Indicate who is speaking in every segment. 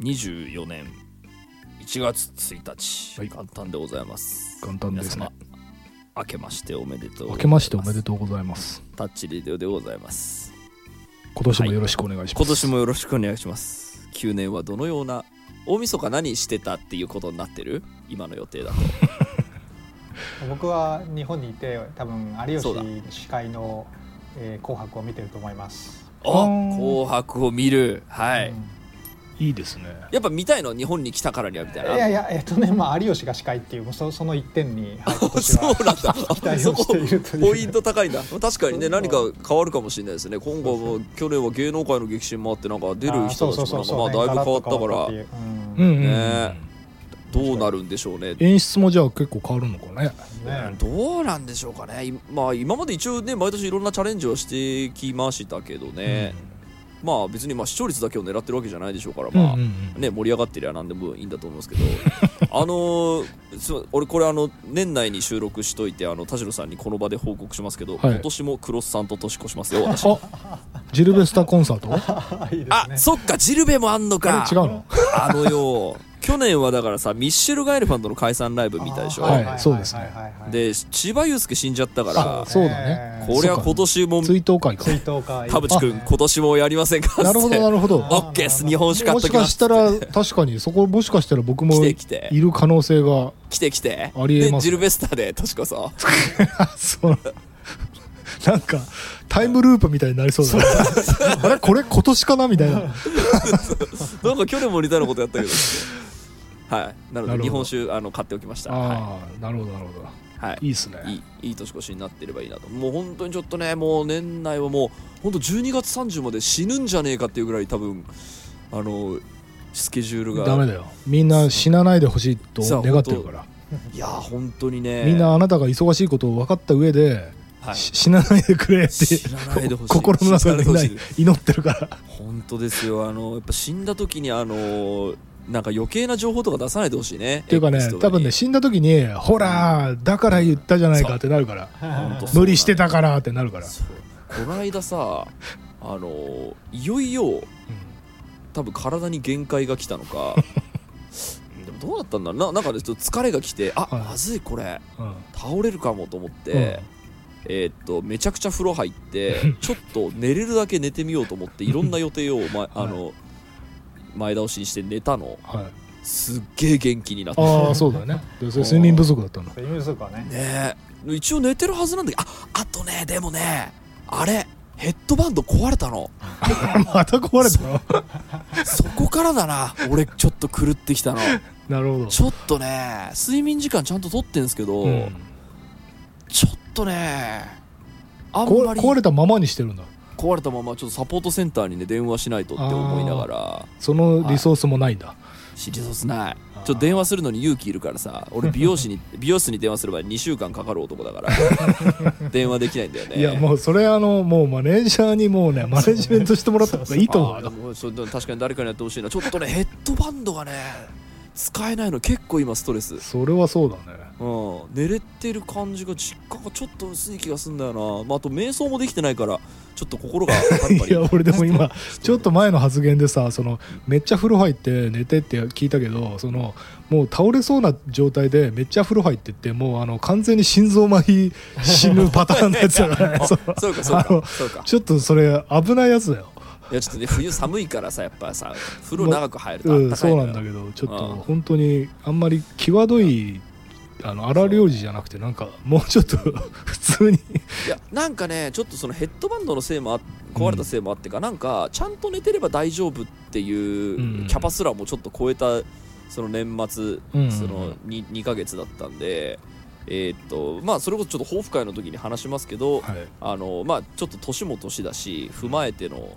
Speaker 1: 2024年1月1日、
Speaker 2: はい
Speaker 1: 簡単でございます
Speaker 2: 簡単ですね
Speaker 1: 皆様明けましておめでとう
Speaker 2: 明けましておめで
Speaker 1: と
Speaker 2: とうございます
Speaker 1: うタッチレディオでございます
Speaker 2: 今年もよろしくお願いします、
Speaker 1: 今年もよろしくお願いします9年はどのような大晦日何してたっていうことになってる今の予定だと
Speaker 3: 僕は日本にいて多分有
Speaker 1: そうだ
Speaker 3: 吉司会の、えー紅白を見てると思います。
Speaker 1: あ
Speaker 2: あー
Speaker 1: 紅白を見るはい、
Speaker 3: うん
Speaker 2: いいですね
Speaker 1: やっぱ見たいの日本に来たからにはみたい
Speaker 3: いや
Speaker 1: ない
Speaker 3: やえっとねまあ有吉が司会っていうもうそその一点に、はい、今年
Speaker 1: そう
Speaker 3: は
Speaker 1: なんだ
Speaker 3: 期待
Speaker 1: そ
Speaker 3: をし
Speaker 1: こ
Speaker 3: ているとい う。
Speaker 1: ポイント高いんだ確かにね
Speaker 3: そうそう
Speaker 1: 何か変わるかもしれないですね今後も去年は芸能界の激震もあってなんか出る人たちもなんかまあだいぶ変わったから
Speaker 3: ら。
Speaker 2: う
Speaker 3: うん
Speaker 2: う
Speaker 3: ん
Speaker 2: ん、うん
Speaker 1: ねどうなるんでしょうね
Speaker 2: 演出もじゃあ結構変わるのかね
Speaker 3: ね
Speaker 1: どうなんでしょうかね、いまあ、今まで一応ね毎年いろんなチャレンジをしてきましたけどね、まあ別にまあ視聴率だけを狙ってるわけじゃないでしょうから、
Speaker 2: うん
Speaker 1: まあ
Speaker 2: うんうん
Speaker 1: ね、盛り上がってりゃ何でもいいんだと思うんですけどあのーそう俺これあの年内に収録しといてあの田代さんにこの場で報告しますけど、
Speaker 2: はい
Speaker 1: 今年もクロスさんと年越しますよ私
Speaker 2: あジルベスタコンサートあ
Speaker 3: いいです
Speaker 1: あ
Speaker 3: ね。
Speaker 1: そっかジルベもあんの
Speaker 2: れ
Speaker 1: か
Speaker 2: 違うの
Speaker 1: あのよ去年はだからさミッシェル・ガエルファントの解散ライブ見たでしょ、
Speaker 3: あー
Speaker 2: はいそうですね
Speaker 3: はいはいはい
Speaker 1: で千葉雄介死んじゃった
Speaker 2: あ
Speaker 1: か
Speaker 2: そうだね
Speaker 1: ら
Speaker 2: う
Speaker 1: これは
Speaker 2: そうか
Speaker 1: 今年も
Speaker 2: 追悼会か
Speaker 3: 追悼会。
Speaker 1: 田淵君今年もやりませんか
Speaker 2: なるほどな
Speaker 1: る
Speaker 2: るほど
Speaker 1: オッケーです日本酒買
Speaker 2: も
Speaker 1: っと
Speaker 2: し
Speaker 1: きま
Speaker 2: か
Speaker 1: す
Speaker 2: したら確かにそこもしかしたら僕も
Speaker 1: 来て
Speaker 2: い
Speaker 1: 来て
Speaker 2: る可能性が
Speaker 1: 来て来て
Speaker 2: ありえます
Speaker 1: でジルベスターで年こそ
Speaker 2: そうなんかタイムループみたいになりそうだね あれこれ今年かなみ たいな
Speaker 1: なんか去年も似たようなことやった けど。はい、なの
Speaker 2: なるほ
Speaker 1: で
Speaker 2: ど
Speaker 1: 日本酒あの買っておきました。は
Speaker 2: ああなるほどなるほど
Speaker 1: い、はい
Speaker 2: いですね
Speaker 1: い、いいいい年越しになってればいいなと。もう本当にちょっとね、もう年内はもう本当12月30まで死ぬんじゃねえかっていうぐらい多分あのスケジュールが
Speaker 2: ダメだよみんな死なないでほしいと
Speaker 1: そう
Speaker 2: 願ってるから、
Speaker 1: いやー本当にね、
Speaker 2: みんなあなたが忙しいことを分かった上で、
Speaker 1: はい
Speaker 2: し死なないでくれっ
Speaker 1: 死なない
Speaker 2: て
Speaker 1: でほしい
Speaker 2: 心の中でみんな
Speaker 1: 死なないでほ
Speaker 2: 祈ってるから
Speaker 1: 本当ですよ。あのやっぱ死んだ時にあのなんか余計な情報とか出さないでほしいね。っ
Speaker 2: っていうかね多分ね死んだ時にほらだから言ったじゃないかってなるから無理してたからってなるから、
Speaker 1: そうこの間さあのいよいよ多分体に限界が来たの かでもどうだったんだろうななんかねちょっと疲れが来てあ、
Speaker 2: はい
Speaker 1: まずいこれ
Speaker 2: うんうん
Speaker 1: 倒れるかもと思って、
Speaker 2: うん
Speaker 1: えーっとめちゃくちゃ風呂入って ちょっと寝れるだけ寝てみようと思っていろんな予定を、まあの前倒しにして寝たの
Speaker 2: はい、
Speaker 1: すっげえ元気になってね
Speaker 2: ああそうだ よねでそれ睡眠不足だったの
Speaker 3: そう。イムズクはね。
Speaker 1: え一応寝てるはずなんだけどああとねでもねあれヘッドバンド壊れたの
Speaker 2: また壊れたの
Speaker 1: そこからだな俺ちょっと狂ってきたの
Speaker 2: なるほど
Speaker 1: ちょっとね睡眠時間ちゃんと取ってんですけど、
Speaker 2: うん
Speaker 1: ちょっとねあん
Speaker 2: 壊
Speaker 1: まり
Speaker 2: れ壊れたままにしてるんだ
Speaker 1: 壊れたままちょっとサポートセンターにね電話しないとって思いながら
Speaker 2: そのリソースもないんだ、
Speaker 1: 知りそうすない
Speaker 2: あー
Speaker 1: ちょっと電話するのに勇気いるからさ俺美容師に 美容室に電話すれば2週間かかる男だから 電話できないんだよね
Speaker 2: いやもうそれあのもうマネージャーにもうねマネージメントしてもらった方がいいと思
Speaker 1: あ
Speaker 2: う
Speaker 1: ー
Speaker 2: よ
Speaker 1: でもそう確かに誰かにやってほしいなちょっとねヘッドバンドがね使えないの結構今ストレス
Speaker 2: それはそうだね
Speaker 1: うん、寝れてる感じが実家がちょっと薄い気がすんだよな、まあ、あと瞑想もできてないからちょっと心がパリパ
Speaker 2: い
Speaker 1: リ
Speaker 2: や俺でも今ちょっと前の発言でさそのめっちゃ風呂入って寝てって聞いたけどそのもう倒れそうな状態でめっちゃ風呂入ってってもうあの完全に心臓麻痺死ぬパターンのやつだからねそう
Speaker 1: そうかそう
Speaker 2: あの
Speaker 1: かそうか
Speaker 2: ちょっとそれ危ないやつだよ
Speaker 1: いやちょっとね冬寒いからさやっぱさ風呂長く入ると
Speaker 2: う
Speaker 1: あっ
Speaker 2: ん
Speaker 1: たか
Speaker 2: そ
Speaker 1: いうのよ
Speaker 2: なんだけどちょっと
Speaker 1: うん
Speaker 2: 本当にあんまり際どいあの荒料理じゃなくてなんかもうちょっと普通に
Speaker 1: いやなんかねちょっとそのヘッドバンドのせいもあ壊れたせいもあってか、なんかちゃんと寝てれば大丈夫っていう
Speaker 2: うん
Speaker 1: キャパすらもちょっと超えたその年末、
Speaker 2: うん
Speaker 1: その 2, 2ヶ月だったんでえーっとまあそれこそちょっと抱負会の時に話しますけど、
Speaker 2: はい
Speaker 1: あのまあちょっと年も年だし踏まえての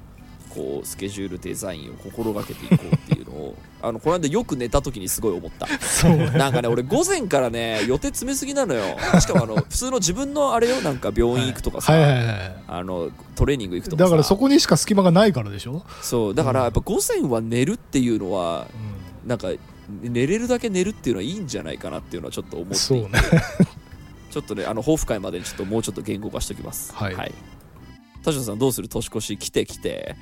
Speaker 1: こうスケジュールデザインを心がけていこうっていうのを あのこの間よく寝た時にすごい思った
Speaker 2: そう
Speaker 1: なんかね俺午前からね予定詰めすぎなのよしかもあの普通の自分のあれよなんか病院行くとかさ、
Speaker 2: はいはいはい
Speaker 1: あのトレーニング行くとか
Speaker 2: だ
Speaker 1: さ
Speaker 2: からそこにしか隙間がないからでしょ、
Speaker 1: そうだからやっぱ午前は寝るっていうのはなんか寝れるだけ寝るっていうのはいいんじゃないかなっていうのはちょっと思っていて
Speaker 2: そうね
Speaker 1: ちょっとねあの抱負会までにちょっともうちょっと言語化しておきます
Speaker 2: はい
Speaker 1: 田代さんどうする年越し来て来て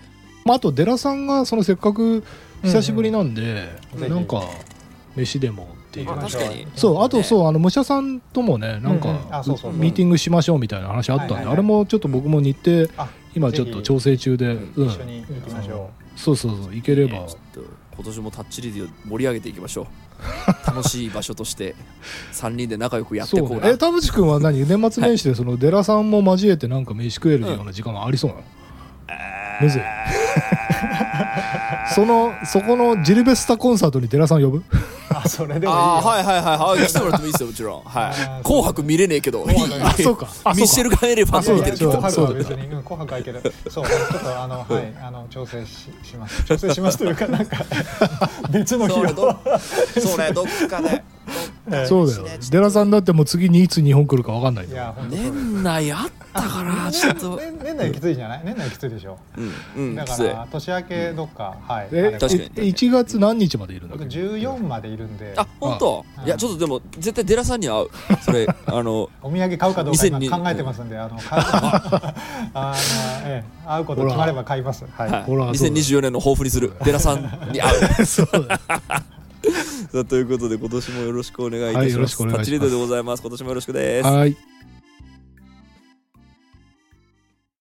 Speaker 2: まあ、あとデラさんがそのせっかく久しぶりなんで、
Speaker 3: うんうん
Speaker 2: なんか飯でもっていう、
Speaker 1: まあ確かに
Speaker 2: そうあとそう
Speaker 1: ね
Speaker 2: あの武者さんともねなん
Speaker 3: うんうん
Speaker 2: か
Speaker 3: あそうそうそう
Speaker 2: ミーティングしましょうみたいな話あったんで、
Speaker 3: はいはいはい
Speaker 2: あれもちょっと僕も日程
Speaker 3: あ
Speaker 2: 今ちょっと調整中で、
Speaker 1: う
Speaker 2: うんん、
Speaker 3: 一緒に行きましょ
Speaker 2: そうそうそう行ければ、
Speaker 1: ねちょっと今年もタッチリで盛り上げていきましょう 楽しい場所として3人で仲良くやって
Speaker 2: そ
Speaker 1: こ
Speaker 2: う
Speaker 1: う
Speaker 2: ね
Speaker 1: な
Speaker 2: え田淵君は何年末年始でそのデラさんも交えてなんか飯食えるような時間はありそうなの、むずい そのそこのジルベスタコンサートにデラさん呼ぶ
Speaker 3: う。あ、それでもいいよ。
Speaker 1: ああはいはいはいはい来てもらってもいいですよもちろん、は
Speaker 3: あー
Speaker 1: い、紅白見れねえけどいい
Speaker 2: あそ うかあ
Speaker 1: ミッシ
Speaker 2: そ
Speaker 1: ェ
Speaker 2: う
Speaker 1: ルガンエレファン
Speaker 2: そ
Speaker 1: ト
Speaker 2: う
Speaker 1: 見
Speaker 2: だ
Speaker 1: てるけど
Speaker 3: 紅白は
Speaker 2: そうだ
Speaker 3: 別に、うん、紅白はいいけど、そう、ちょっと あの、はい、あの、調整しします。調整しますというか、なんか、別の日
Speaker 1: それ
Speaker 3: を
Speaker 1: ど。それどっかで
Speaker 2: か そうだよデラさんだってもう次にいつ日本来るか分かんないん
Speaker 3: い
Speaker 2: だよ
Speaker 3: や、本当そうです。
Speaker 1: 年内あったかなちょっと
Speaker 3: 年年内きついじゃない年内きついでしょ。
Speaker 1: うんうん
Speaker 3: だ
Speaker 1: き
Speaker 3: か
Speaker 1: つい
Speaker 3: ら、年明けどっか、はい。あ
Speaker 2: え
Speaker 3: れ
Speaker 1: 確かに
Speaker 2: 1月何日までいるんだっ
Speaker 3: 僕
Speaker 2: け
Speaker 3: 14までいるんで、
Speaker 1: あ本当
Speaker 3: あ
Speaker 1: いやちょっとでも絶対デラさんに会うそれあの
Speaker 3: お土産買うかどうか
Speaker 1: 2002
Speaker 3: 今考えてますんで、あの、買うあの、ええ、会うこと決まれば買います。
Speaker 1: はい
Speaker 3: は
Speaker 2: ほら そうだ
Speaker 1: 2024年の抱負にするデラさんに会う
Speaker 2: そうだ
Speaker 1: さあということで今年もよろしくお願いいたします
Speaker 2: はいよろしくお願いします
Speaker 1: タッチリードでございます今年もよろしくです
Speaker 2: はい